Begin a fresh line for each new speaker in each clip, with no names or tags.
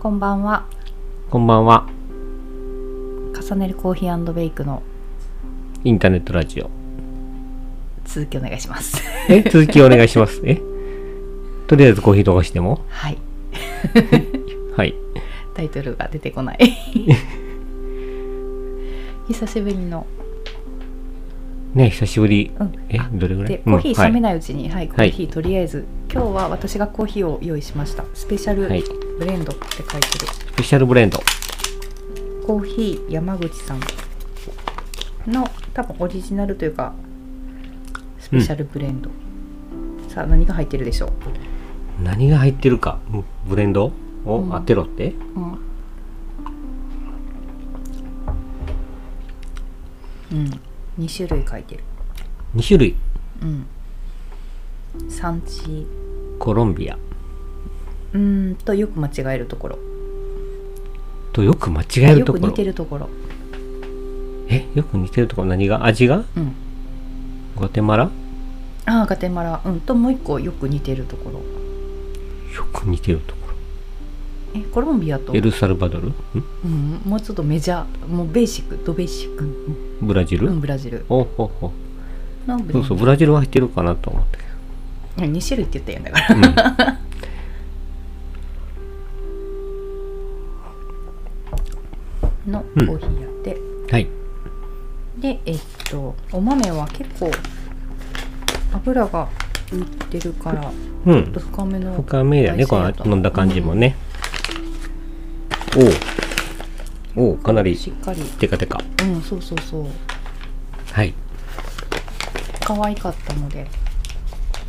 こんばんは
こんばんは。
重ねるコーヒーベイクの
インターネットラジオ。
続きお願いします
え、続きお願いします。え、とりあえずコーヒーとかしても
はい
はい。
タイトルが出てこない 久しぶりの、
ね、久しぶり。
うん、
え
あ、
どれぐら
で
い
コーヒー冷め
な
な
い。
いうちに、はい、コーヒーとりあえず今日は私がコーヒーを用意しましたスペシャル
はい
ブレンドって書いてる、
スペシャルブレンド。
コーヒー山口さんの多分オリジナルというかスペシャルブレンド、さあ何が入ってるでしょ
何が入ってるか。うんブレンドを
うん
当てろって。
う、うんうん、2種類書いてる、
2種類。
うん、産地
コロンビア。
うーんとよく間違えるところ
とよく間違える
よ
と
く
ころ。
似てるところ、
え、よく似てるところ。何が味が
うん、
ゴテマラよ
ああガテマラ、うん、ともう一個よく似てるところ
く似てるとこ
えコロンビアと、
ろ。エルサルバドルん
うん、もうちょっとメジャーもうベーシックドベーシック、
ブラジル、
うん、ブラジル
おほほ。
のブレ
そ
ン
う
ド
そう、ブラジルは入ってるかなと思って。
2種類って言ったんやだからのコーヒーやって、
はい。
でえっとお豆は結構油が浮いてるからち
う
ょっ
ん
と。深めの
深めだよね、この飲んだ感じも、ね。おおうおうかな
うん
り、
しっかり
テカテカ。
うんそうそうそう
はい。
可愛かったので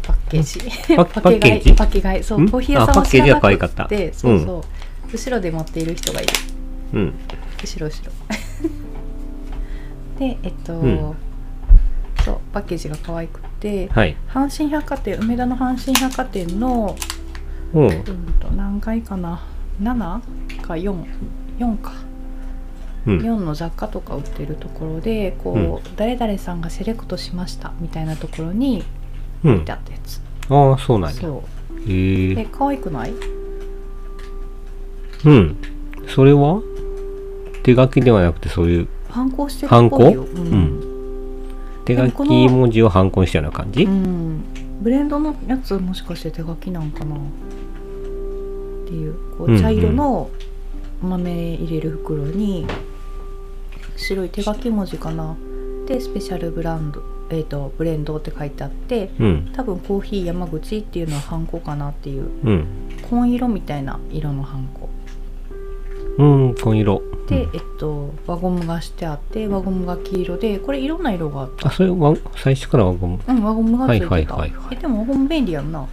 パッケージ
パ
パッケ買い
パ
パッケ買いそう
うん
コーヒー屋さん
あ
は
パッケージが可愛
知ら
か
な
っ
く
た
てそうそう、後ろで待っている人がいる
うん。
後ろ後 ろでえっと、
うん
そうパッケージが可愛くて
はい。
阪神百貨店梅田の阪神百貨店の
おう
うんと何階かな7か44か
うん。
4の雑貨とか売ってるところでこう、誰々さんがセレクトしましたみたいなところに
う
置い
ん
て。あったやつ、
ああ、そうなんだ。
そ
へ
うで
え。
可愛くない
うん。それは手書きではなくて、そういう、
反抗してるっぽいよ
反
う、
うん手
で
書
も
き
この
文字を反抗したような感じ
うん、ブレンドのやつもしかして手書きなんかなっていうこ
うんう
うん茶色の豆入れる袋に白い手書き文字かなでスペシャルブランド、えー、とブレンドって書いてあって
うん。
多分コーヒー山口っていうのはハンコかなっていう
うん。
紺色みたいな色のハンコ
うん、紺色。
で、
うん
えっと、輪ゴムがしてあって輪ゴムが黄色でこれいろんな色があっ
あ、それは、最初からはゴム。
たうん輪ゴムがついてた、
はいはいはいはい
えでも輪ゴム便利やんな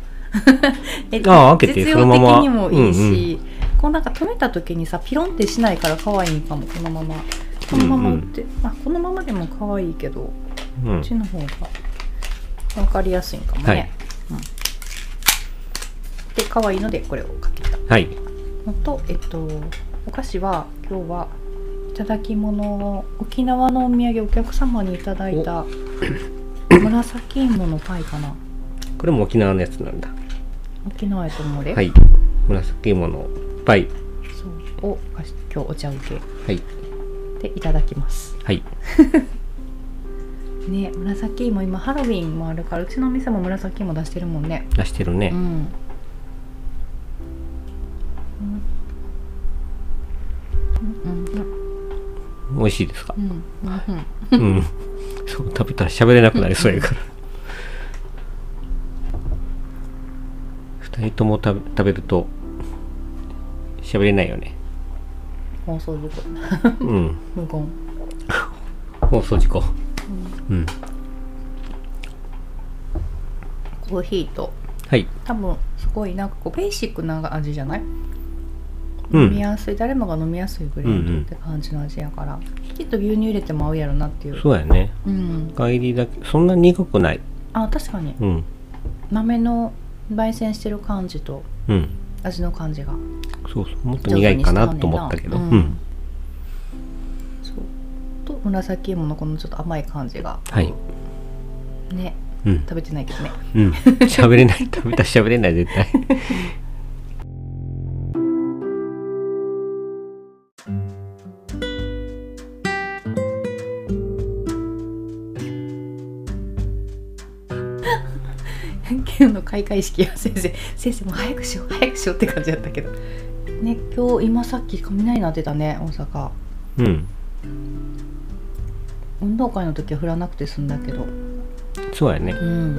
え
ああ開けて
実
その
用
ま
的
ま
にもいいし、こうなんか止めた時にさピロンってしないから可愛いかもこのままこのまま売って、まあ、このままでも可愛いけどこ
うん
っ。ちの方が分かりやすいんかもね、
はい
うん、で可愛いのでこれをかけた
はい。
のと、えっと、お菓子は今日はいただき物沖縄のお土産お客様にいただいた紫芋のパイかな
これも沖縄のやつなんだ。
沖縄やと思うで、
はい。紫芋のパイ。
そうを今日お茶受
はい。
けでいただきます
はい。
ね紫芋今ハロウィンもあるからうちのお店も紫芋出してるもんね
出してるね。
うんうんうん
美味しいで すか
うんうんうん
うん。そう、食べたら喋れなくなりそうやから。二人とも食べ食べると、喋れないよね。
放送事故
うん。
無言
放送事故。うん。
コーヒーと
はい。
多分すごいなんかこうベーシックな味じゃない、
うん
飲みやすい誰もが飲みやすいブレンドって感じの味やから、きっと牛乳入れても合うやろなっていう
そうやね。
うん、
帰りだけ、そんな苦くない。
あ確かに
うん。
豆の焙煎してる感じと
うん。
味の感じが
そうそう。もっと苦いかなと思ったけど。
上
う。
手にしたのになんそうと紫芋のこのちょっと甘い感じが
はい。
ね
うん。
食べてないけどね
うん。 喋れない。食べたら喋れない、絶対。
今日の開会式は先生先生もう早くしよう早くしようって感じだったけどね今日今さっき雷鳴ってたね大阪
うん
運動会の時は降らなくて済んだけど
そうやね
うん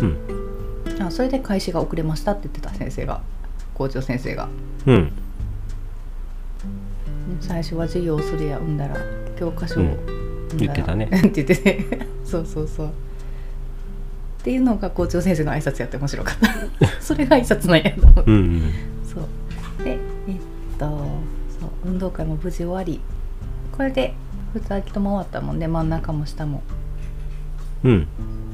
うん
あそれで開始が遅れましたって言ってた先生が校長先生が、ね
うん
最初は授業をするや産んだら教科書を
う
産
ん
んだら
言ってたね
って言ってねそうそうそうっていうのが校長先生の挨拶やって面白かった それが挨拶なんやと思って
うん
そうでえっとそう運動会も無事終わりこれで2人とも終わったもんね真ん中も下も
うんうん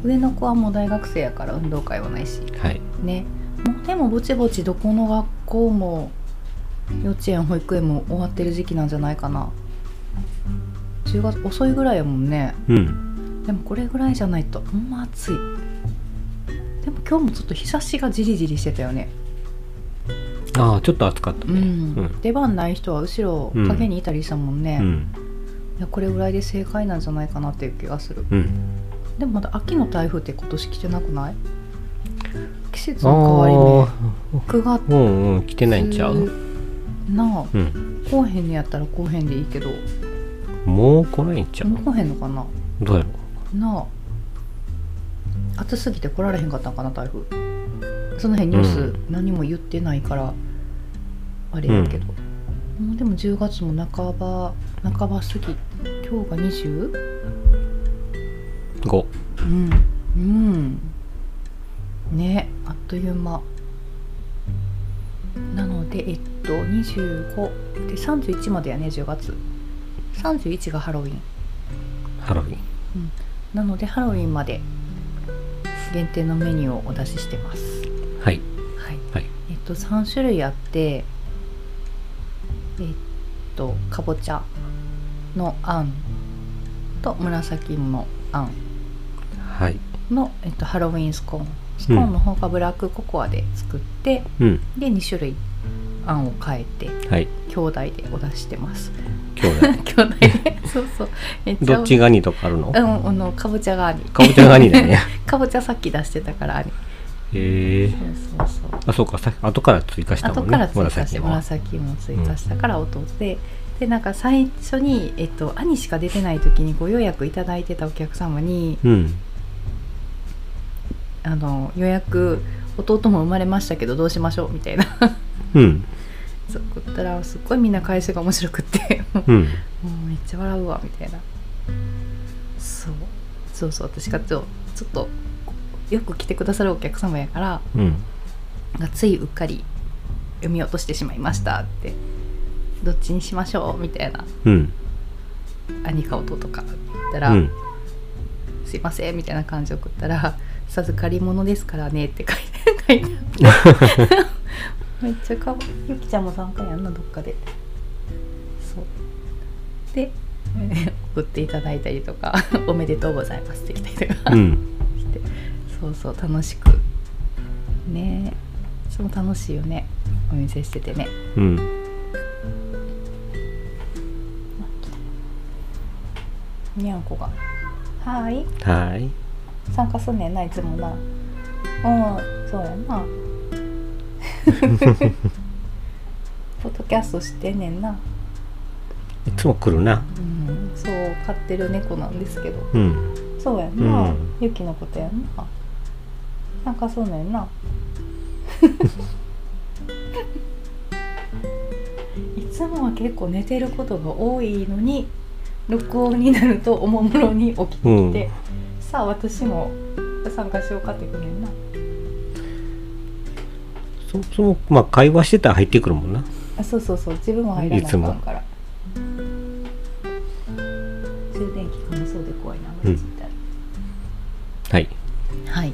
上の子はもう大学生やから運動会はないし
はい
ねもうでもぼちぼちどこの学校も幼稚園保育園も終わってる時期なんじゃないかな10月遅いぐらいやもんね
うん
でもこれぐらいじゃないとほんま暑いでも今日もちょっと日差しがじりじりしてたよね
ああちょっと暑かった
う
ね
ん、
うん
出番ない人は後ろ影にいたりしたもんね、
うん
いやこれぐらいで正解なんじゃないかなっていう気がする
うん
でもまだ秋の台風って今年来てなくない季節
あ
の変わ
あ
り目9月
うんうん来てないんちゃう
なあ
うん
来おへんのやったら来おへんでいいけど
もう来ないんちゃ
もう
う
来おへんのかな
どうやろ
なあ暑すぎて来られへんかったんかな台風その辺ニュース何も言ってないからあれやけど、もうでも10月も半ば半ば過ぎ今日が 20?
う5
うん、うん、ねあっという間なのでえっと25で31までやね10月31がハロウィン
ハロウィン
なのでハロウィンまで限定のメニューをお出ししてます
はい
はい、
はい
えっと3種類あってえっとかぼちゃのあんと紫芋のあん
はい
の、えっと、ハロウィンスコーンスコーンの方がブラックココアで作って、
うん
で2種類あんを変えて
はい
兄弟でお出ししてます
今日だ
兄弟でそうそうめっちゃ
どっちがにとかあるの
うん、あのかぼちゃが兄
かぼちゃがに だよね
かぼちゃさっき出してたから兄
へえ
そうそうそう
あそうかさ後から追加したも
後
ん
から
ね
追加して
紫のは
紫も追加したから弟で、でなんか最初に、えっと、兄しか出てない時にご予約いただいてたお客様に
うん
あの予約弟も生まれましたけどどうしましょうみたいな
うん
そうこったらすっごいみんな返しが面白くって も
うん
うめっちゃ笑うわみたいなそうそうそう私がちょちょっとよく来てくださるお客様やから
うん
がついうっかり読み落としてしまいましたってどっちにしましょうみたいな
うん
兄か弟かって言った
う
ら、
ん
すいませんみたいな感じで送ったら「授かり物ですからね」って書いて書いてあって めっちゃかわいいゆきちゃんも参加やんなどっかでそうで えー送っていただいたりとか 「おめでとうございます」ってきたりとか
うん
してそうそう楽しくねえそれも楽しいよねお店しててね
うん
にゃんこが「はーい
はーい
参加すんねんないつもなうんそうやなポッドキャストしてんねんな、
いつも来るな
うん、そう飼ってる猫なんですけど
うん
そうやんな、
うん
ゆきのことやんな参加すんねん ないつもは結構寝てることが多いのに録音になるとおもむろに起きてきて、
うん
さあ私も参加しようかってくれんな
そもそもまあ会話してたら入ってくるもんな
あそうそうそう自分も入らないい
つも
かんから充電器かもそうで怖いなこれついたら、
はい
はい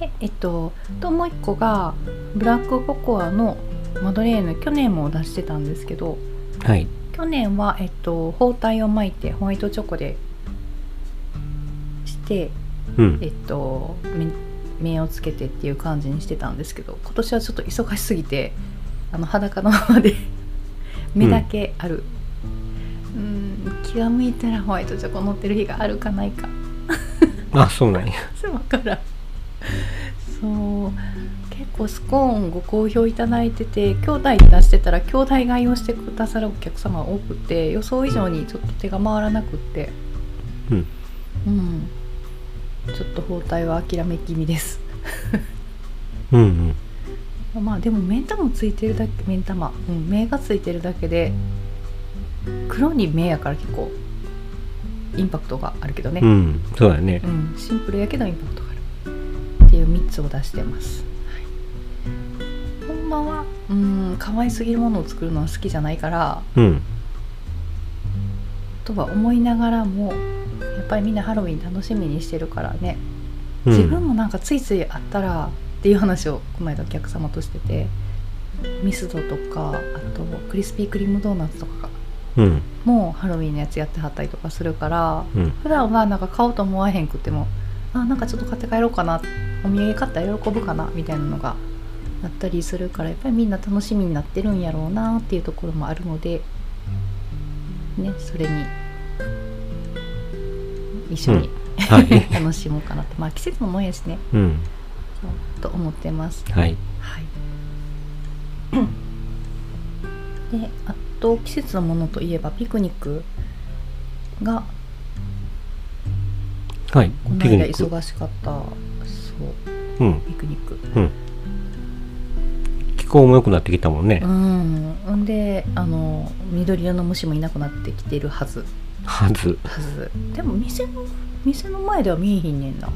でえっとともう一個がブラックココアのマドレーヌ去年も出してたんですけど
はい
去年はえっと包帯を巻いてホワイトチョコでして
うん
えっと目目をつけてっていう感じにしてたんですけど今年はちょっと忙しすぎてあの裸のままで目だけあるうん気が向いたらホワイトチョコ乗ってる日があるかないか
あそうなんや
そうわからんそう結構スコーンご好評いただいてて兄弟に出してたら兄弟買いをしてくださるお客様が多くて予想以上にちょっと手が回らなくって
うん
うんちょっと包帯は諦め気味です
うんうん
まあでも目ん玉ついてるだけ目ん玉、うん、目がついてるだけで黒に目やから結構インパクトがあるけどね、
うんそうだね
うん、シンプルやけどインパクトがあるっていう3つを出してます、はい、ほんまはうん可愛すぎるものを作るのは好きじゃないから
うん
とは思いながらもやっぱりみんなハロウィン楽しみにしてるからね、
うん
自分もなんかついついあったらっていう話をこの間お客様としててミスドとかあとクリスピークリームドーナツとかが
うん
もうハロウィンのやつやってはったりとかするから
うん
普段はなんか買おうと思わへんくってもあなんかちょっと買って帰ろうかなお土産買ったら喜ぶかなみたいなのがあったりするからやっぱりみんな楽しみになってるんやろうなっていうところもあるのでねそれに一緒に、
はい
楽しもうかなとまあ季節のもんやしね
うん
そうと思ってます。
はい
はい、であと季節のものといえばピクニックが
はい
この
ピクニ
間
ック
忙しかったそう
うん
ピクニック
気候も良くなってきたもんね
うんほんであの緑色の虫もいなくなってきてるはず
はず
はずでも店の店の前では見えひんねんな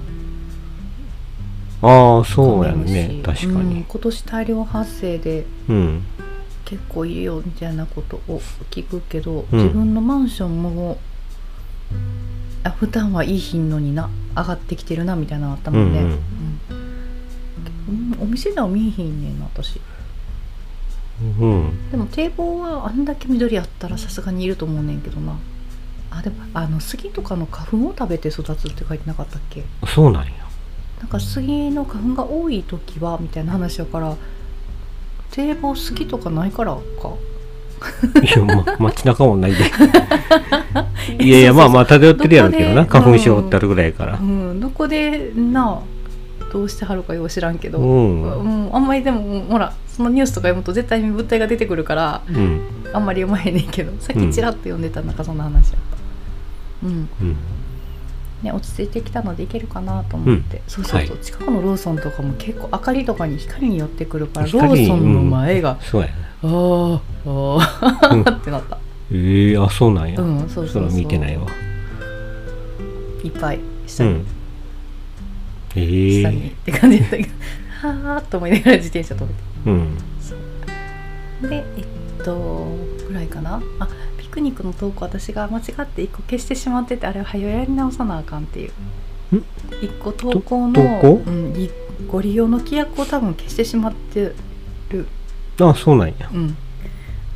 ああそうや
カ
ん
メ
ね
ムシ
確か
うん
に
今年大量発生で
うん
結構いるよみたいなことを聞くけど、
うん
自分のマンションもあ普段はいい頻度にな上がってきてるなみたいなのあったもんね、
うん
うんうんお店では見えひんねんな私
うん
でも堤防はあんだけ緑あったらさすがにいると思うねんけどなあでもあの杉とかの花粉を食べて育つって書いてなかったっけ
そうなんや
なんか杉の花粉が多い時はみたいな話だから堤防杉とかないからか
いや、ま、街中もな いで。いやいや、まあまあ、漂ってるやろうけどな、
どこで
花粉症おったるぐらいやから
う。んどこでなあどうしてはるかよう知らんけど、
う
うん
ん。
あんまりでもほらそのニュースとか読むと絶対に物体が出てくるから
うん。
あんまり読まへんねんけどさっきちらっと読んでたなんかそんな話やったうん
うん。
ね、落ち着いてきたのでいけるかなと思って、そうそうそう、近くのローソンとかも結構明かりとかに光に寄ってくるからロ
光
ーソンの前が、
そうやな。
あーあ
うん
ーってなった
ええ、あ、そうなんや
う。んそう
そ
そう
れは
そう
見てないわ。
いっぱい下
う
に、
ん。
下
え
にっ
え。
て感じだったけどはあと思いながら自転車止めて
うん。
でえっとぐらいかなあピクニックのトーク私が間違って1個消してしまっててあれは早やり直さなあかんっていうん1個投稿の
と投稿
うん、りご利用の規約を多分消してしまってる
あ、そうなんや。
うん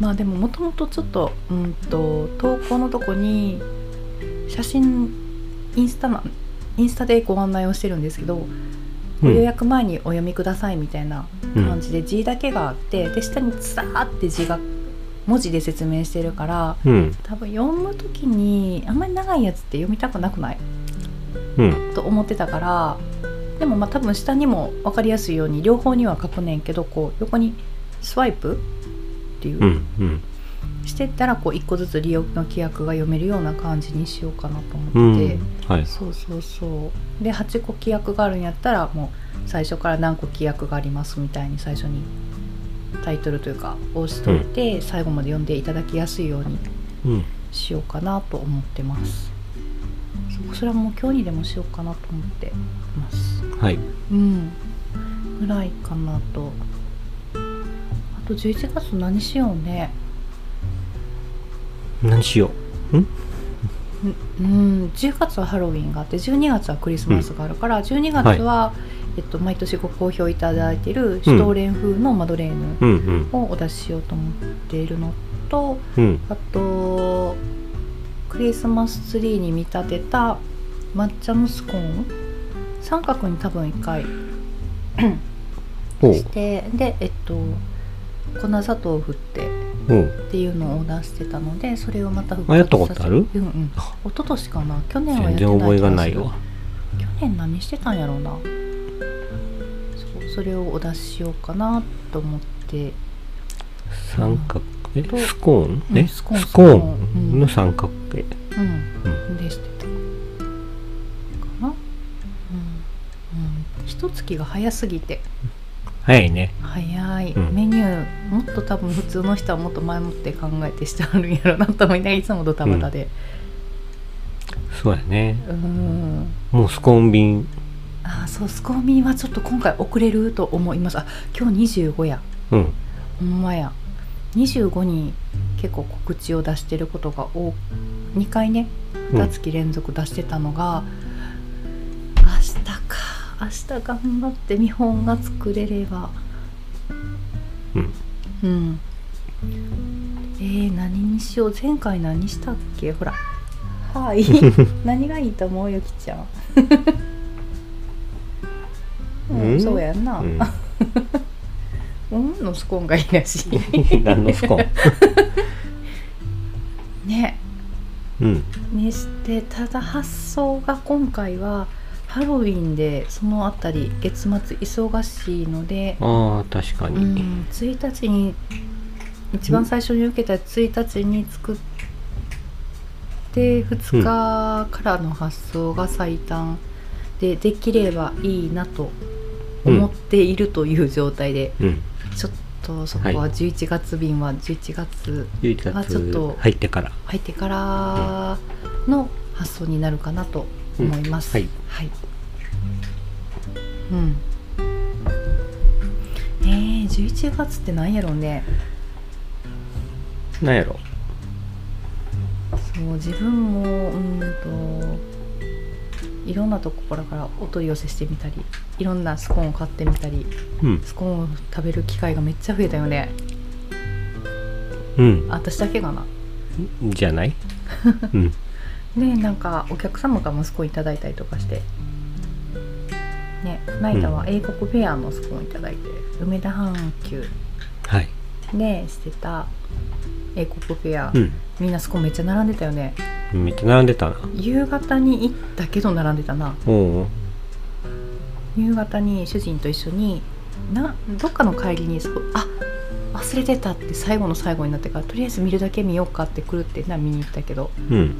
まあでももともとちょっと,、うん、と投稿のとこに写真インスタなインスタでご案内をしてるんですけど、
う
ご予
ん。
約前にお読みくださいみたいな
う
感
ん。
じで字だけがあってで下にザーって字が文字で説明してるから
うん。
多分読む時にあんまり長いやつって読みたくなくない
うん。
と思ってたからでもまあ多分下にも分かりやすいように両方には書くねんけどこう横にスワイプっていう、
うん。うん。
してったらこう一個ずつ利用の規約が読めるような感じにしようかなと
う
思ってて。
ん。はい。
そうそうそうで8個規約があるんやったらもう最初から何個規約がありますみたいに最初にタイトルというか押しといて、最後まで読んでいただきやすいように
うん。
しようかなと思ってますそうそれはもう今日にでもしようかなと思ってます
はい。
うんぐらいかなとあと11月何しようね
何しよ
うん、10月はハロウィンがあって12月はクリスマスがあるから、12月は、えっと、毎年ご好評いただいてるシュトーレン風のマドレーヌ
う。うん。うん。
をお出ししようと思っているのと
うん。
あとクリスマスツリーに見立てた抹茶のスコーン三角に多分1回
おう
し。てで、えっと、粉砂糖を振って
おう。
っていうのを出してたのでそれをまた復
あやったことある
うんうん一昨年かな去年はや
全
って
然
ない気がする
覚えがないわ。
去年何してたんやろうなそそれをお出ししようかなと思って
三角え
と
スコーン
うん
え
スコーン
スコー
う
ン
ん
の三角形
うん、でしてたかな、うんうん、一月が早すぎて
早いね
早い、
うん
メニューもっと多分普通の人はもっと前もって考えてしてあるんやろなと思いながらいつもドタバタで
そうやね
うん
もうスコーン便
あーそうスコーミンはちょっと今回遅れると思いますあ今日25や
うん
ほんまや25に結構告知を出してることが多2回ね
うん
2月連続出してたのが、明日か明日頑張って見本が作れれば
うん
うんえー、何にしよう前回何したっけほらはい 何がいいと思うゆきちゃんうん、
うん
そうやんな、
う
うんん、のスコーンがいいらしい
何のスコ ーン
ね
うん
にしてただ発想が今回はハロウィンでそのあたり月末忙しいので、
ああ確か
う
に
ん、1日に一番最初に受けた1日に作って2日からの発想が最短でできればいいなと思っているという状態で、
うん
ちょっとそこは
はい
11月便は11月
11
あちょっと
月入ってから
入ってからの発想になるかなと思います。
うんはい、
うん。ねえ、十一月ってなんやろうね。
なんやろ
そう、自分も、うーんと。いろんなところからお取り寄せしてみたり、いろんなスコーンを買ってみたり、
うん
スコーンを食べる機会がめっちゃ増えたよね。
うん
あ私だけかな。
じゃない うん
ねなんかお客様が息子いただいたりとかしてねこの間は英国フェアのスコーンいただいて、梅田阪急
はい
でしてた英国フェア、
う
みんなスコーンめっちゃ並んでたよね
んめっちゃ並んでたな
夕方に行ったけど並んでたな
おお
夕方に主人と一緒になどっかの帰りにそうあ忘れてたって最後の最後になってからとりあえず見るだけ見ようかってくるってな見に行ったけど
うん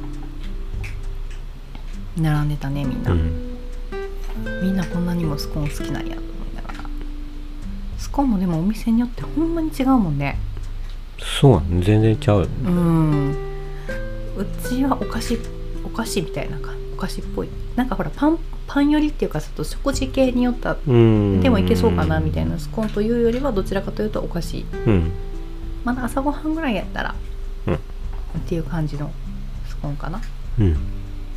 並んでたねみん
う
な。
ん
みんなこんなにもスコーン好きなんやと思いながらスコーンもでもお店によってほんまに違うもんね
そうやね全然ちゃうよね
うんうちはお菓子お菓子みたいな感じお菓子っぽいなんかほらパンパン寄りっていうかちょっと食事系によった
うん
でもいけそうかなみたいなスコーンというよりはどちらかというとお菓子
うん
まだ朝ごはんぐらいやったら、
うん
っていう感じのスコーンかな
うん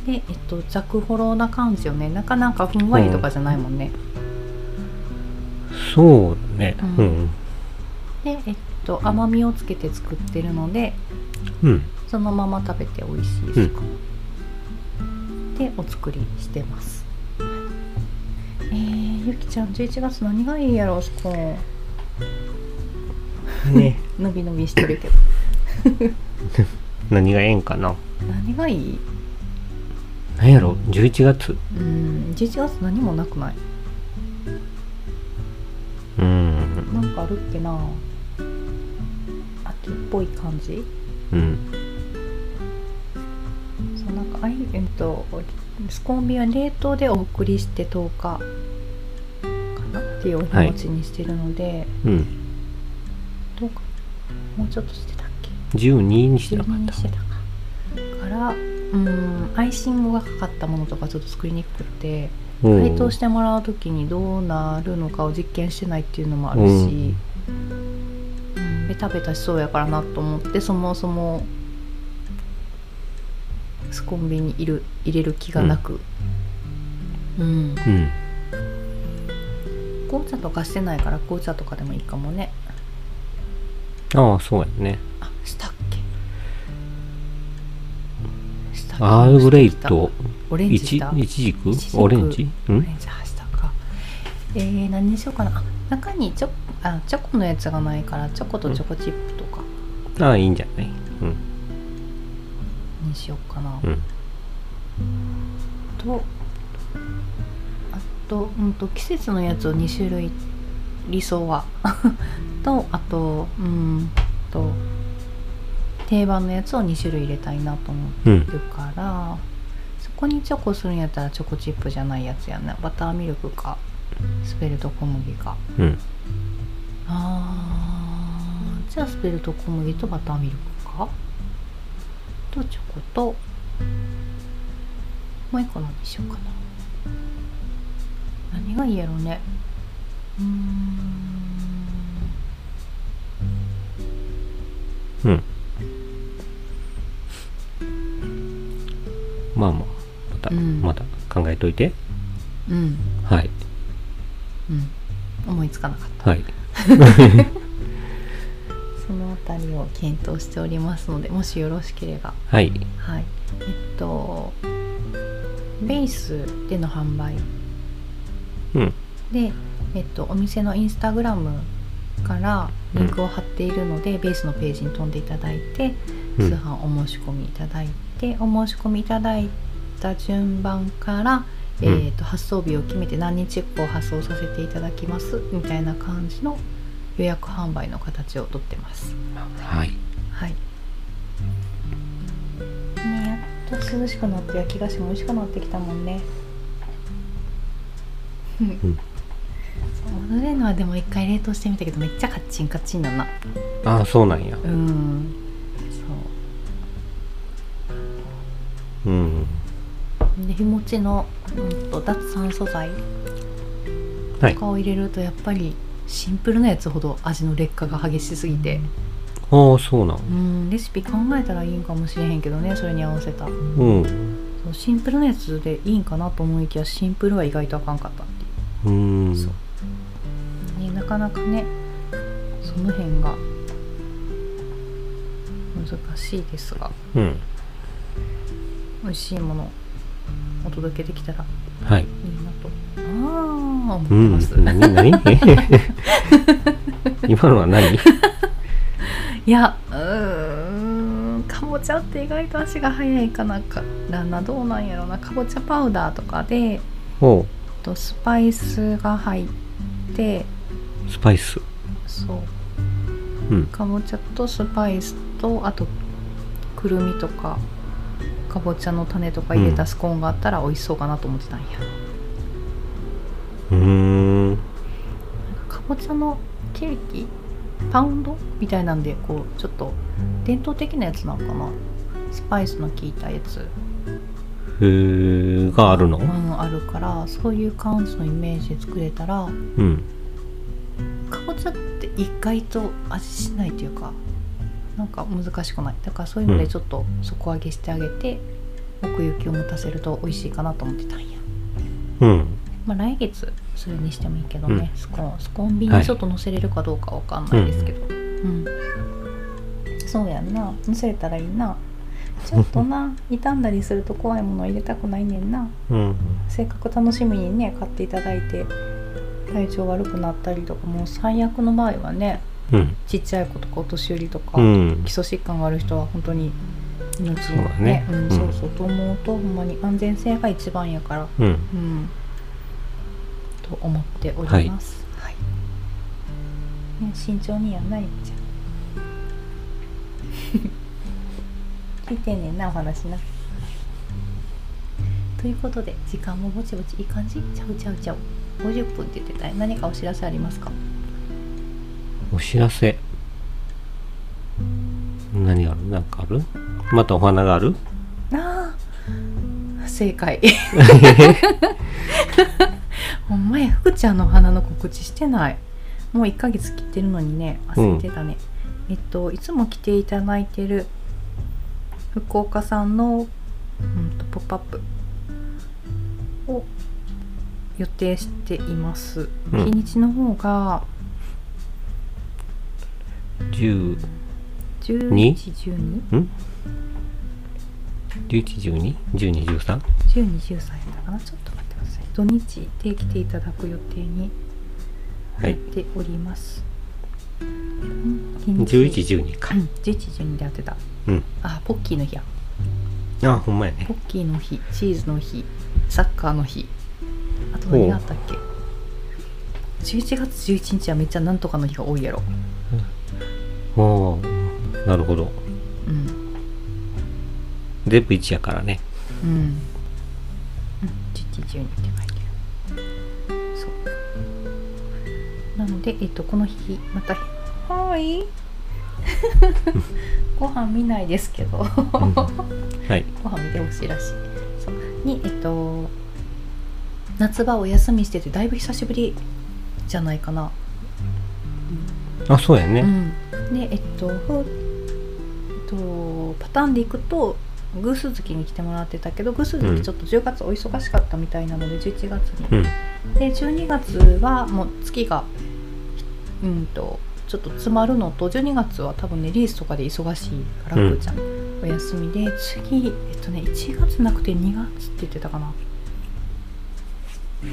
でえっとザクホロな感じよねなかなかふんわりとかじゃないもんね、
そうだね
う
うん
んでえっと甘みをつけて作ってるので
うん
そのまま食べて美味しいですか、でお作りしてますえー、ゆきちゃん11月何がいいやろスコーン
ね
伸び伸びしてるけど
何がええんかな
何がいい
何やろ11月
うん11月何もなくない
うん
なんかあるっけな秋っぽい感じ
うん
そうなんかあいえっとスコーン便は冷凍でお送りして10日かなっていうお日持ちにしてるので、
うん
どうかもうちょっとしてたっけ
12にしてなか
12
っ
に
た
してたかからうーんアイシングがかかったものとかちょっと作りにくくて
うん
解凍してもらう時にどうなるのかを実験してないっていうのもあるし、うん、ベタベタしそうやからなと思ってそもそもスコンビにいる入れる気がなく、うん、
うん
紅茶とかしてないから紅茶とかでもいいかもね
ああそうやね
あしたっけしたっけ
アールグレイと
オレン
い
ジ
ち
した
いちじく
いちじく
オレンジう
オ
ん
レンジはしたかえー、何にしようかなあ中にチョあチョコのやつがないからチョコとチョコチップとか
ああいいんじゃないうん
にしようかな、
うん
とあと,、うん、と季節のやつを2種類理想は とあとうんと定番のやつを2種類入れたいなと思って
うん
るからそこにチョコするんやったらチョコチップじゃないやつやなバターミルクかスペルト小麦か
うん
あーじゃあスペルト小麦とバターミルクかとチョコともう一個何にしようかな何がいいやろねうーん
うんまあまあまた、
うん
また考えといて
うん
はい
うん思いつかなかった
はい
そのあたりを検討しておりますのでもしよろしければ
はい
はいえっとベースでの販売
うん
で、えっと、お店のインスタグラムからリンクを貼っているので、ベースのページに飛んでいただいて
う
通
ん
販お申し込みいただいて、お申し込みいただいた順番から、
うん
えー、と発送日を決めて何日後発送させていただきますみたいな感じの予約販売の形をとってます。
はい
はいねやっと涼しくなって焼き菓子も美味しくなってきたもんね。
ん
戻れるのはでも一回冷凍してみたけどめっちゃカッチンカチンだな
ああそうなんや
うん
うん
そうで日持ちの、うん、と脱酸素剤
はい
とかを入れるとやっぱりシンプルなやつほど味の劣化が激しすぎて
ああそうな
うんレシピ考えたらいいんかもしれへんけどねそれに合わせた
んうん
そうシンプルなやつでいいんかなと思いきやシンプルは意外とあかんかったっていう
うん
そうね、なかなかねその辺が難しいですが
うん
美味しいものをお届けできたら
はい
いいなとああ思っ
う
て
ん
ます、
何何 今のは何
いやうーんかぼちゃって意外と足が速いかなからなどうなんやろなかぼちゃパウダーとかで
おう
とスパイスが入って
スパイス
そう
うん
かぼちゃとスパイスとあとくるみとかかぼちゃの種とか入れたスコーンがあったら美味しそうかなと思ってたんや、
うーん
なんかかぼちゃのケーキパウンドみたいなんでこうちょっと伝統的なやつなのかなスパイスの効いたやつ、
へーがあるの
うん、あるからそういう感じのイメージで作れたら
うん
かぼちゃって意外と味しないというかなんか難しくないだからそういうの
う
で
ん
ちょっと底上げしてあげて、奥行きを持たせると美味しいかなと思ってたんや、
うん
まあ、来月それにしてもいいけどね、スコーンスコーン瓶
はい
にちょっと乗せれるかどうかわかんないですけど、うんそうやんな乗せれたらいいなちょっと な傷んだりすると怖いもの入れたくないねんな
うん
せっかく楽しみにね買っていただいて体調悪くなったりとかもう最悪の場合はね
うん
ちっちゃい子とかお年寄りとか、
うん
基礎疾患がある人は本当に命
うだね
う、
うんん
そうそうと思うとほんまに安全性が一番やから、
うん
うん、と思っております。はいね、慎重にやん ないじゃん。聞いてんねんなお話な。ということで時間もぼちぼちいい感じちゃうちゃうちゃう50分って言ってたよ何かお知らせありますか
お知らせ何あるなんかあるまたお花がある
ああ正 解ほんまや福ちゃんのお花の告知してないもう1ヶ月切ってるのにね焦ってたね、えっといつも来ていただいてる福岡さんの、うん、とポップアップを予定しています、
うん
日にちの方が
10
11、
ん ?1112?1213?
12、13やったかなちょっと待ってください土日で来ていただく予定に
は
やっ
い
ております。時。
1112か
うん、11時に出てた。
うん
あ、ポッキーの日や。
あほんまやね
ポッキーの日、チーズの日、サッカーの日。あと何があったっけ？ 11月11日はめっちゃなんとかの日が多いやろ
おーなるほど
うん
全部1やからね
うん、うん、11 12って書いてるそうなのでえっとこの日またはい ご飯見ないですけど
うんはい
ご飯見てほしいらしいそうにえっと夏場お休みしててだいぶ久しぶりじゃないかな、
あそうや
う
ね
ん、でえっとふえっとパターンでいくと偶数月に来てもらってたけど偶数
うん
月ちょっと10月お忙しかったみたいなので11月に、
うん
で12月はもう月がうんとちょっと詰まるのと12月は多分ねリースとかで忙しいから
う
く
ん
ーちゃん、お休みで次えっとね1月なくて2月って言ってたかな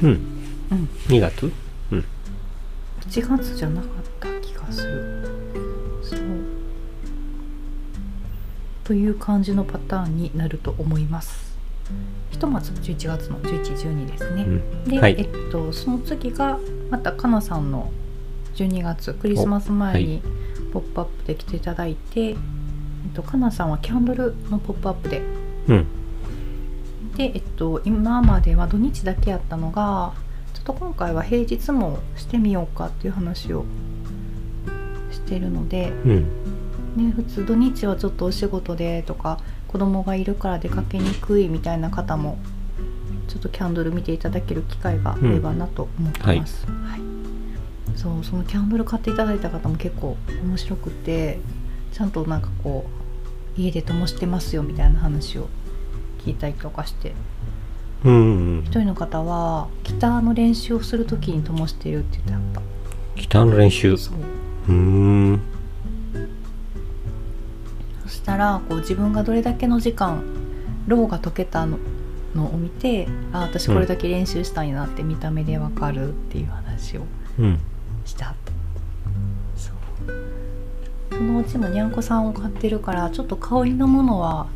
うん
うん
2月
1月じゃなかった気がするそうという感じのパターンになると思いますひとまず11月の1112ですね、
うん
で、
はい
えっとその次がまたかなさんの12月クリスマス前に「ポップアップで来ていただいて、えっと、かなさんはキャンドルの「ポップアップで
うん
で、えっと、今までは土日だけやったのがちょっと今回は平日もしてみようかっていう話をしてるので、
うん
ね、普通土日はちょっとお仕事でとか子供がいるから出かけにくいみたいな方もちょっとキャンドル見ていただける機会があればなと思ってます、はいそうそのキャンドル買っていただいた方も結構面白くてちゃんとなんかこう家で灯してますよみたいな話を聞いたりとかして
うんうん
一人の方はギターの練習をする時に灯してるって言ってあっ
ギターの練習
た
う
そう
ーん
そしたらこう自分がどれだけの時間ローが解けたののを見てあ私これだけ練習したんやなって見た目でわかるっていう話を
うん
してはったそうそのうちもにゃんこさんを買ってるからちょっと香りのものは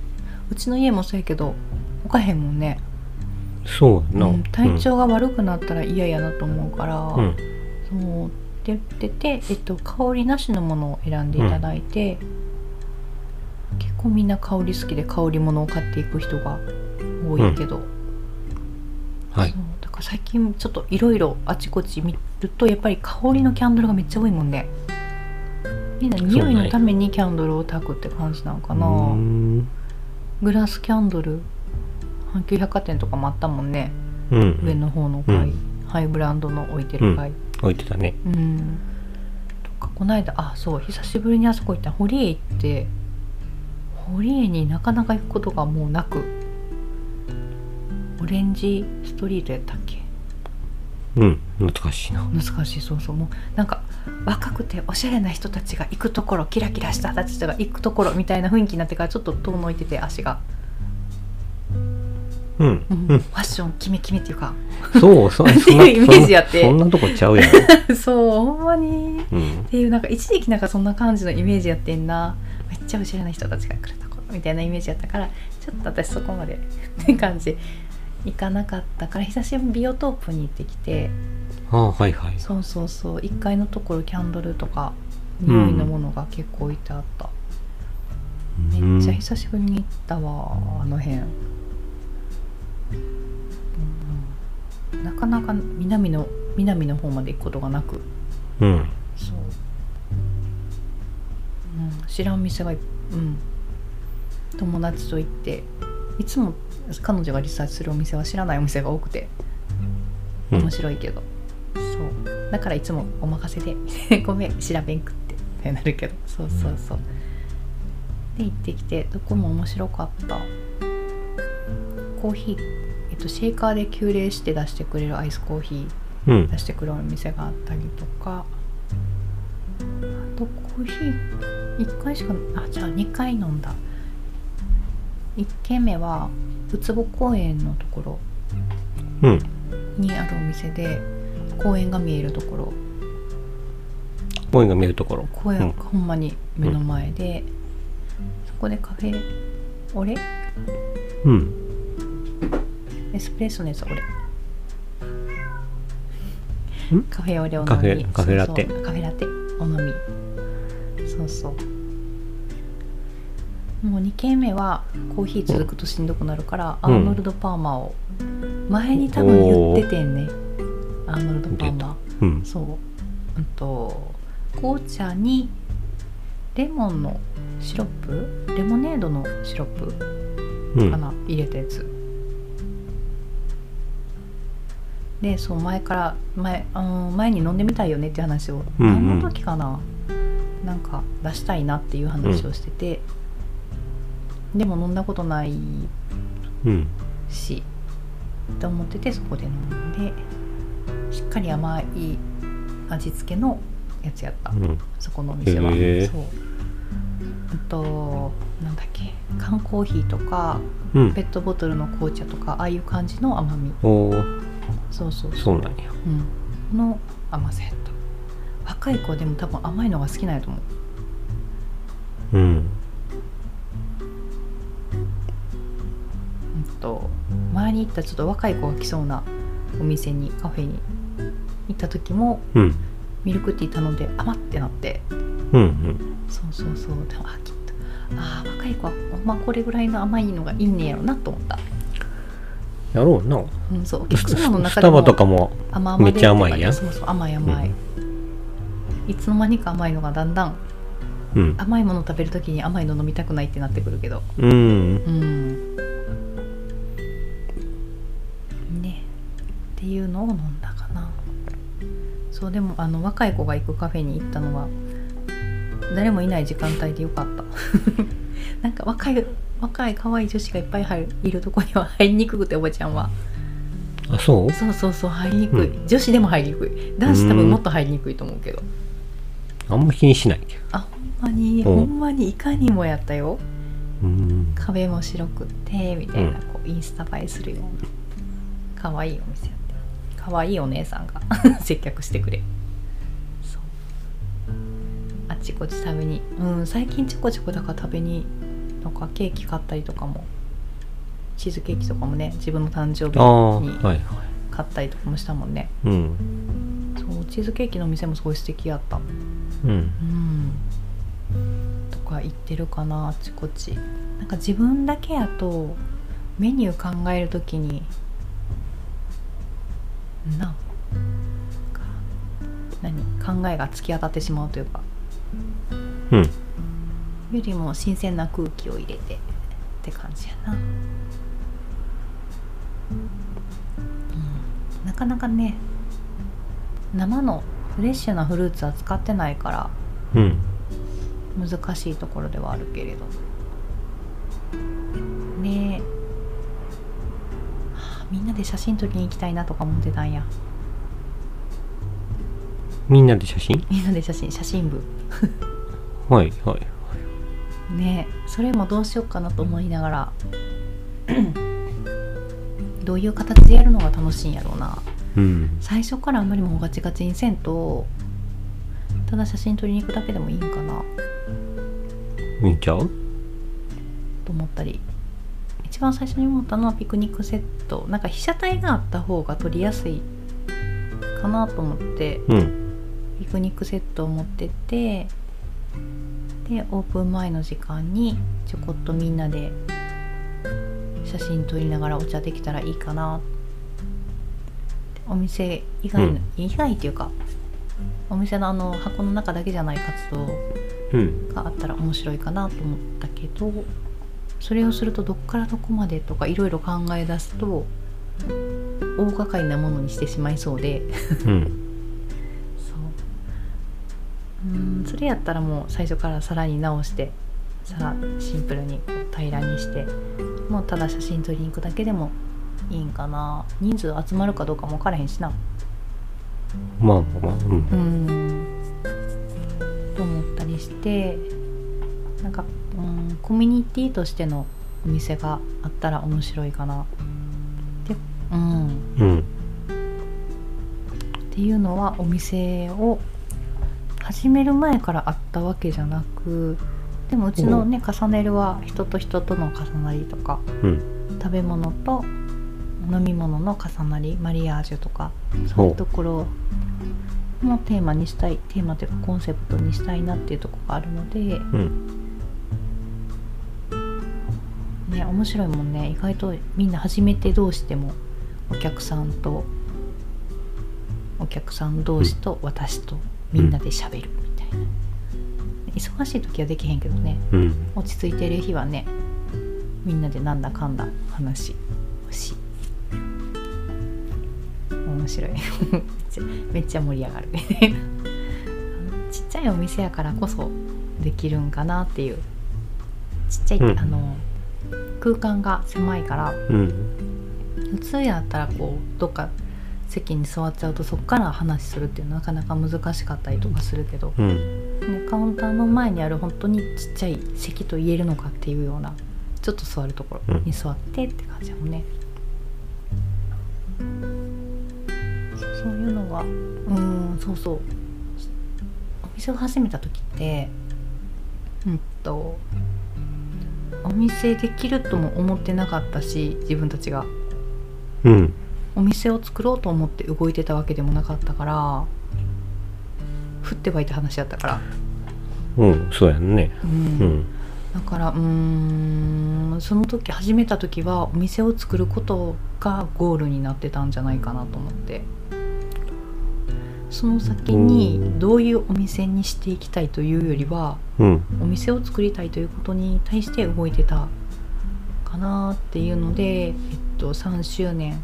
うちの家もそうやけど置かへんもんね、
そうやな、
うん体調が悪くなったら嫌やなと思うから、
うん、うん
そうって言ってて、えっと、香りなしのものを選んでいただいて、結構みんな香り好きで香り物を買っていく人が多いけど、
はい
そうだから最近ちょっといろいろあちこち見るとやっぱり香りのキャンドルがめっちゃ多いもんねみんな匂いのためにキャンドルを焚くって感じなのかな、
うーん
グラスキャンドル阪急百貨店とかもあったもんね
う
上
ん
の方の階、
うん
ハイブランドの置いてる階、
置いてたね
うんとかこないだあそう久しぶりにあそこ行った堀江行って堀江になかなか行くことがもうなくオレンジストリートやったっけ
うん懐かしいな
難しいそうそうもうなんか若くておしゃれな人たちが行くところキラキラした人たちが行くところみたいな雰囲気になってからちょっと遠のいてて足が、
うん
うん
うん
ファッションキメキメっていうか
そう そう
っていうイメージやって
そんなそんなとこちゃ うやん、
そうほんまに
うん
っ、ていうなんか一時期なんかそんな感じのイメージやってんなめっちゃおしゃれな人たちが来るところみたいなイメージやったからちょっと私そこまでって感じ行かなかったから久しぶりにビオトープに行ってきて
ああはいはい
そうそうそう1階のところキャンドルとか
うん
匂いのものが結構置いてあった、めっちゃ久しぶりに行ったわあの辺、うん、なかなか南の南の方まで行くことがなく
うんうん
そう、うん、知らん店がいうん友達と行っていつも彼女がリサーチするお店は知らないお店が多くて
うん
面白いけど、そうだからいつもお任せで ごめん調べんくってってなるけどそうそうそうで行ってきてどこも面白かったコーヒー、えっと、シェーカーで急冷して出してくれるアイスコーヒー
うん
出してくるお店があったりとかあとコーヒー1回しかあじゃあ2回飲んだ1軒目はウツボ公園のところ
うん
にあるお店で公園が見えるところ
公園が見えるところ
公園がほんまに目の前で、そこでカフェオレ
うん
エスプレッソのやつオレカフェオレお飲み
カフェカフェラテ
そうそうカフェラテお飲みそうそうもう2軒目はコーヒー続くとしんどくなるから、
うん
アーノルド・パーマーを前に多分言っててんねアーノルド・パーマ
うん
ー。そううんと紅茶にレモンのシロップレモネードのシロップ
う
か
ん。
な入れたやつでそう前から前あの前に飲んでみたいよねって話を
うん
前
うん
の時かな、なんか出したいなっていう話をしてて、でも飲んだことない
うん。
しと思っててそこで飲んでしっかり甘い味付けのやつやった、
うん。
そこのお店は、
へえ
そうあとなんだっけ缶コーヒーとか
うん
ペ。ットボトルの紅茶とかああいう感じの甘み
おー
そうそう
そうなんや。
うん、の甘さやった若い子でも多分甘いのが好きなんやと思う
うん。
うんと前に行ったちょっと若い子が来そうなお店にカフェに行った時も
うん。
ミルクティー頼んで甘ってなって
うん。うん。
そうそうそうでもあきっとあー若い子はほんまこれぐらいの甘いのがいいねやろなと思った、
やろうな。
うん、そうお客様の
ス
中で
タ
も
バとかも。
甘々で
めっちゃ甘いやん
そうそう甘い甘い、いつの間にか甘いのがだんだん
うん。
甘いもの食べるときに甘いの飲みたくないってなってくるけど
うん。
うんねっていうのを飲んだかなそうでもあの若い子が行くカフェに行ったのは誰もいない時間帯でよかった なんか若い若い可愛い女子がいっぱい入るいるとこには入りにくくておばちゃんは
あ、そう
そうそうそう入りにくい、
う
女子でも入りにくい男子多分もっと入りにくいと思うけど
あんま気にしないけど。
あほんまに
うん
ほんまにいかにもやったよ
うん。
壁も白くってみたいな、
う
こうインスタ映えするような可愛いお店やって可愛いお姉さんが 接客してくれそうあちこち食べにうん最近ちょこちょこだから食べにとかケーキ買ったりとかもチーズケーキとかもね自分の誕生
ああ、
日に
はいはい。
買ったりとかもしたもんね
うん。
そうチーズケーキのお店もすごい素敵やった
うん。
うんとか言ってるかなあちこちなんか自分だけやとメニュー考えるときになんか何考えが突き当たってしまうというか
うん。
よりも新鮮な空気を入れてって感じやな、うん、なかなかね生のフレッシュなフルーツは使ってないから
うん。
難しいところではあるけれどねえはあみんなで写真撮りに行きたいなとか思ってたんや
みんなで写真
みんなで写真写真部
はいはい。
ねえそれもどうしようかなと思いながら どういう形でやるのが楽しいんやろうな
うん。
最初からあんまりもうガチガチにせんとただ写真撮りに行くだけでもいいんかな
見ちゃう
と思ったり一番最初に思ったのはピクニックセットなんか被写体があった方が撮りやすいかなと思って
うん。
ピクニックセットを持ってってでオープン前の時間にちょこっとみんなで写真撮りながらお茶できたらいいかなお店以外の、
うん
以外っていうかお店のあの箱の中だけじゃない活動
うん。
があったら面白いかなと思ったけどそれをするとどっからどこまでとかいろいろ考え出すと大掛かりなものにしてしまいそうで
うん。
そううーんそれやったらもう最初からさらに直してさらシンプルにこう平らにしてもうただ写真撮りに行くだけでもいいんかな人数集まるかどうかも分からへんしな
まあまあまあ。う。
うんんと思ったりしてなんか、うん、コミュニティとしてのお店があったら面白いかなで、うん、っ
うん。
ていうのはお店を始める前からあったわけじゃなくでもうちのね重ねるは人と人との重なりとか
うん。
食べ物と、う飲み物の重なりマリアージュとかそうい
ほ
うところもテーマにしたいテーマというかコンセプトにしたいなっていうところがあるので、
う。うん。
ね、面白いもんね意外とみんな初めて同士でもお客さんとお客さん同士と私とみんなで喋るみたいな、忙しい時はできへんけどね
うん。
落ち着いてる日はねみんなでなんだかんだ話をし面白い めっちゃめっちゃ盛り上がる あのちっちゃいお店やからこそできるんかなっていうちっちゃい、
うん
あの空間が狭いから
うん。
普通やったらこうどっか席に座っちゃうとそっから話するっていうのはなかなか難しかったりとかするけど、
うん。
ね、カウンターの前にある本当にちっちゃい席と言えるのかっていうようなちょっと座るところに座ってって感じだもんね、そそういうのがうんそうそうお店を始めた時ってうんとお店できるとも思ってなかったし自分たちが
うん。
お店を作ろうと思って動いてたわけでもなかったから降って湧いた話だったから。
うん。そうやんね。
うん
うん。
だからうーんその時始めた時はお店を作ることがゴールになってたんじゃないかなと思ってその先
う
に
ん
どういうお店にしていきたいというよりは
うん。
お店を作りたいということに対して動いてたかなっていうので、えっと、3周年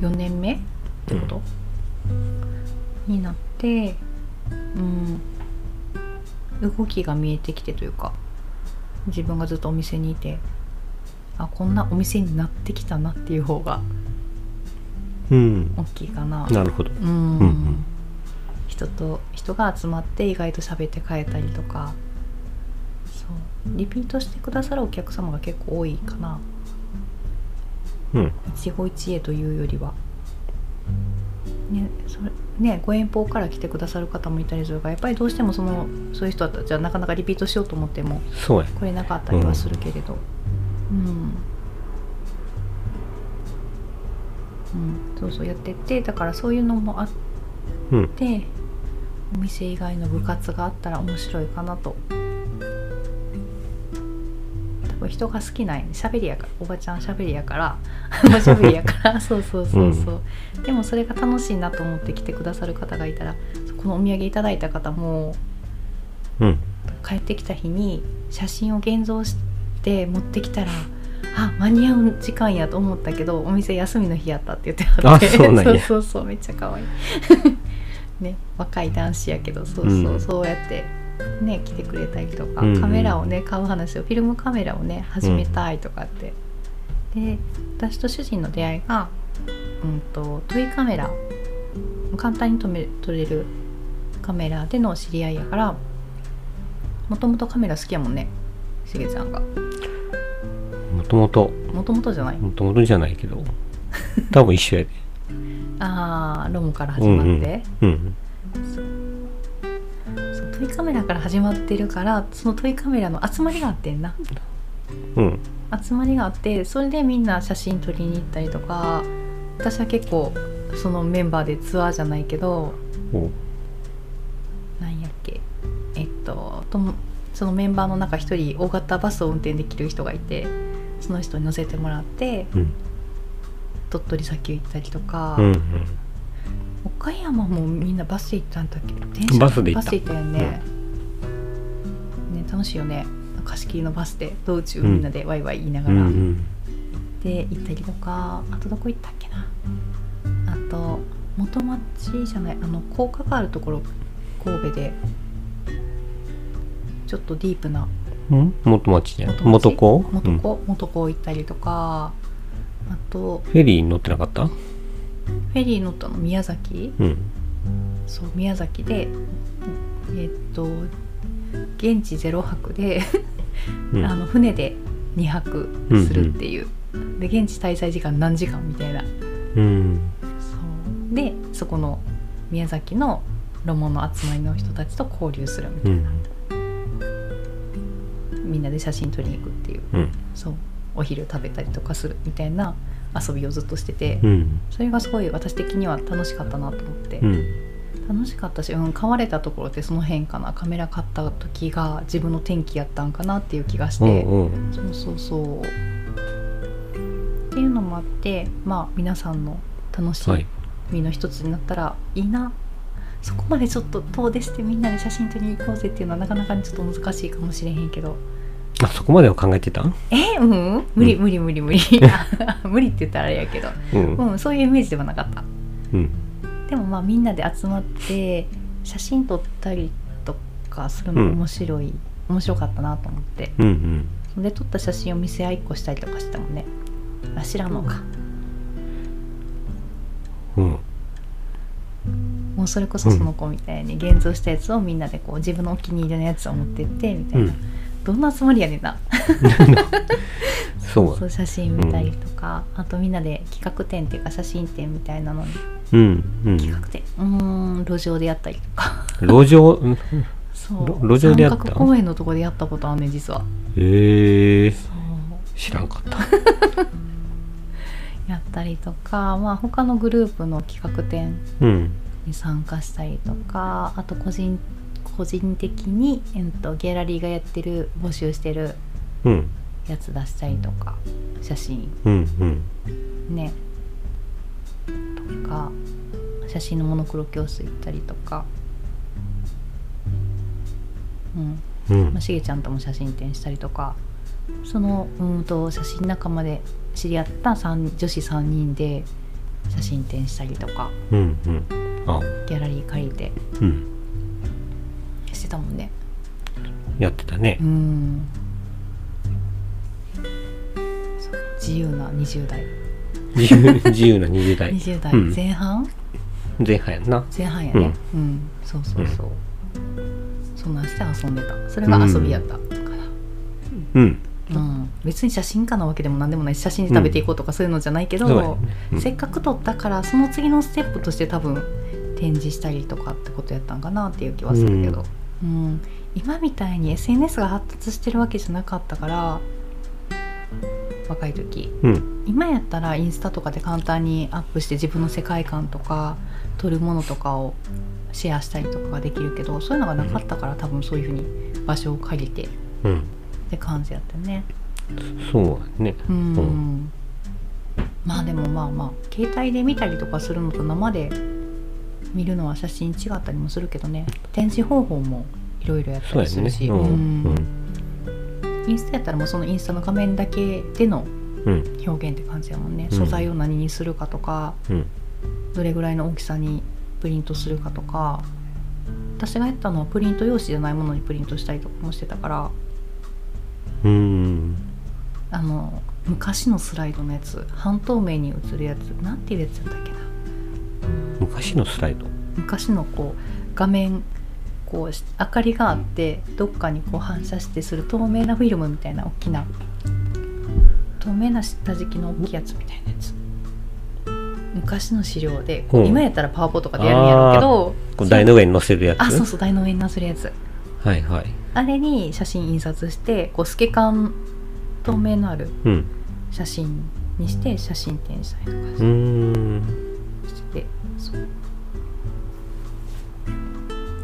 4年目ってこと、になって、うん、動きが見えてきてというか自分がずっとお店にいてあこんなお店になってきたなっていう方が
うん。
大きいかな。
なるほど。
うん
うんうん
人と人が集まって意外と喋って帰ったりとかそうリピートしてくださるお客様が結構多いかな
うん。
一期一会というよりは。ねそれね、ご遠方から来てくださる方もいたりするからやっぱりどうしてもそのそういう人だったらじゃあなかなかリピートしようと思っても
そうや。
来れなかったりはするけれどうん、うんそうそうやってってだからそういうのもあって
うん。
でお店以外の部活があったら面白いかなと多分人が好きなんやねしゃべりやからおばちゃんしゃべりやからおしゃべりやからそうそうそうそう、でもそれが楽しいなと思って来てくださる方がいたらこのお土産いただいた方も
うん。
帰ってきた日に写真を現像して持ってきたらあ間に合う時間やと思ったけどお店休みの日やったって言ってはって
あそうなん
そう
や
そうそうめっちゃ可愛い ね若い男子やけどそうそう、
うん
そうやってね来てくれたりとか、
うんうん
カメラをね買う話をフィルムカメラをね始めたいとかって、で私と主人の出会いが、うん、とトイカメラ簡単に止め撮れるカメラでの知り合いやからもともとカメラ好きやもんねしげちゃんが
もともと、
もともとじゃない
もともとじゃない けど、多分一緒やで。
あーロムから始まって、
うん。
そうトイカメラから始まってるからそのトイカメラの集まりがあってんな
うん。
集まりがあってそれでみんな写真撮りに行ったりとか私は結構そのメンバーでツアーじゃないけど
おう
なんやっけえっとともそのメンバーの中一人大型バスを運転できる人がいてその人に乗せてもらって
うん。
鳥取砂丘行ったりとか、
うん。
岡山もみんなバスで行ったんだっけ電
バスで行った
バスで行ったよね,、ね楽しいよね貸し切りのバスで道中
うん
みんなでワイワイ言いな
う
が
ん。う
ら
ん。
で行ったりとか、あとどこ行ったっけなあと元町じゃないあの高架があるところ神戸でちょっとディープな
うん元町じゃん。
元
元
町
子
元
うん
子、元子行ったりとかあと
フェリーに乗ってなかった
フェリー乗ったの宮崎
うん。
そう宮崎でえっと現地0泊で、
うん
あの船で2泊するっていう、で現地滞在時間何時間みたいな
うん。
そうでそこの宮崎のロモの集まりの人たちと交流するみた
う
い
ん
な、。みんなで写真撮りに行くっていう
うん。
そうお昼食べたりとかするみたいな遊びをずっとしてて、
うん
それがすごい私的には楽しかったなと思って、
うん
楽しかったし、うん、買われたところってその辺かなカメラ買った時が自分の転機やったんかなっていう気がし
う
て、
んうん
そうそうそうっていうのもあってまあ皆さんの楽し
はい
みの一つになったらいいな、そこまでちょっと遠出してみんなで写真撮りに行こうぜっていうのはなかなかにちょっと難しいかもしれへんけど
あそこまでは考えてた
えうん無理無理無理無理 あ無理って言ったらあれやけど、
うん
うん、そういうイメージではなかった
うん
でもまあみんなで集まって写真撮ったりとかするの面白い、面白かったなと思って
うんうん
で撮った写真を見せ合いっこしたりとかしたもんねあ知らんのか
うん
もうそれこそその子みたいに現像したやつをみんなでこう自分のお気に入りのやつを持ってってみたいな、
うん
どんな集まりやねんな
そう
そう写真見たりとか、あとみんなで企画展っていうか写真展みたいなのに
うんうん
企画展うーん路上でやったりと か
路上うん
そう
ろ路上でやった
三角公園のとこでやったことあんねん実は
えー、
そう
知らんかった
やったりとかまあ他のグループの企画展
うん
に参加したりとかあと個人個人的に、えっと、ギャラリーがやってる募集してる
うん
やつ出したりとか写真
うんうん
ねとか写真のモノクロ教室行ったりとかうん
うん
まあ、しげちゃんとも写真展したりとかそのうんと写真仲間で知り合った三女子3人で写真展したりとか
うんうんあ
ギャラリー借りて
うん
してたもんね
やってたね
うんそう自由な20代
自由自由な20代
20代
うん
前半、
前半やんな
前半やねうん、そうそうそう、そんなんして遊んでたそれが遊びやったから、
うん
うん別に写真家なわけでも何でもないし写真で食べていこうとかそういうのじゃないけど、
そうやねうん
せっかく撮ったからその次のステップとして多分展示したりとかってことやったんかなっていう気はするけど、うん今みたいに SNS が発達してるわけじゃなかったから若い時
うん
今やったらインスタとかで簡単にアップして自分の世界観とか撮るものとかをシェアしたりとかができるけどそういうのがなかったから多分そういうふうに場所を借りてっ
うん
て感じやったね。
そうやね
うん、
う
まあでもまあまあ携帯で見たりとかするのと生で見るのは写真違ったりもするけどね展示方法もいろいろやった
そう
り
や
す
ね
るし
うんう
うん
ん
インスタやったらもうそのインスタの画面だけでの
うん
表現って感じやもんね、
うん
素材を何にするかとか
うん
どれぐらいの大きさにプリントするかとか私がやったのはプリント用紙じゃないものにプリントしたりとかもしてたから
うん
あの昔のスライドのやつ半透明に映るやつなんていうやつだったっけな
昔のスライド
昔のこう画面こうし明かりがあってどっかにこう反射してする透明なフィルムみたいな大きな透明な下敷きの大きいやつみたいなやつ昔の資料で、
うん
今やったらパワポとかでやるんやろうけど
こう台の上に載せるやつ
あそうそう台の上になするやつ
はいはい
あれに写真印刷してこう透け感透明のある
うん
写真にして写真展したりとかして
うーん
してそう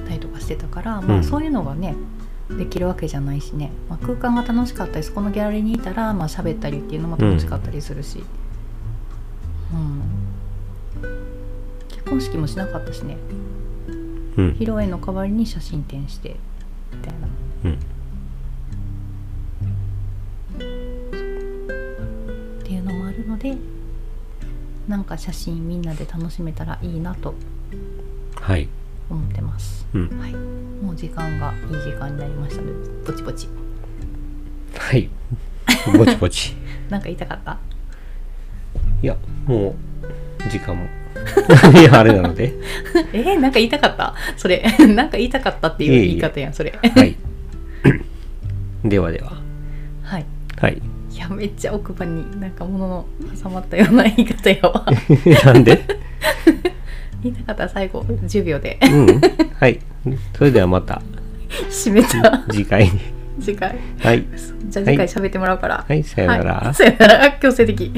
たりとかしてたから、ま
う
あ、
ん
そういうのがね、できるわけじゃないしね、まあ、空間が楽しかったりそこのギャラリーにいたらまあ喋ったりっていうのも楽しかったりするし、うん結婚式もしなかったしね
うん
披露宴の代わりに写真展してみたいな
うん
っていうのもあるのでなんか写真みんなで楽しめたらいいなと
はい
思ってます。
うん
はい、もう時間がいい時間になりましたので、ぼちぼち。
はいぼちぼち
なんか言いたかった。
いやもう時 間もいやあれなので
えー、なんか言いたかった。それ、 なんか言いたかったっていう
いえいえ
言い方やん、それ。
はいではでは
はい。
はい
いや、めっちゃ奥歯に、なんか物の挟まったような言い方や わ。
なんで
言いたかった、最後、10秒で
うんはいそれではまた
締めた。
次回に
次回。
はい
じゃあ、次回喋ってもらうから。
はいさよなら、
はいさよなら、強制的。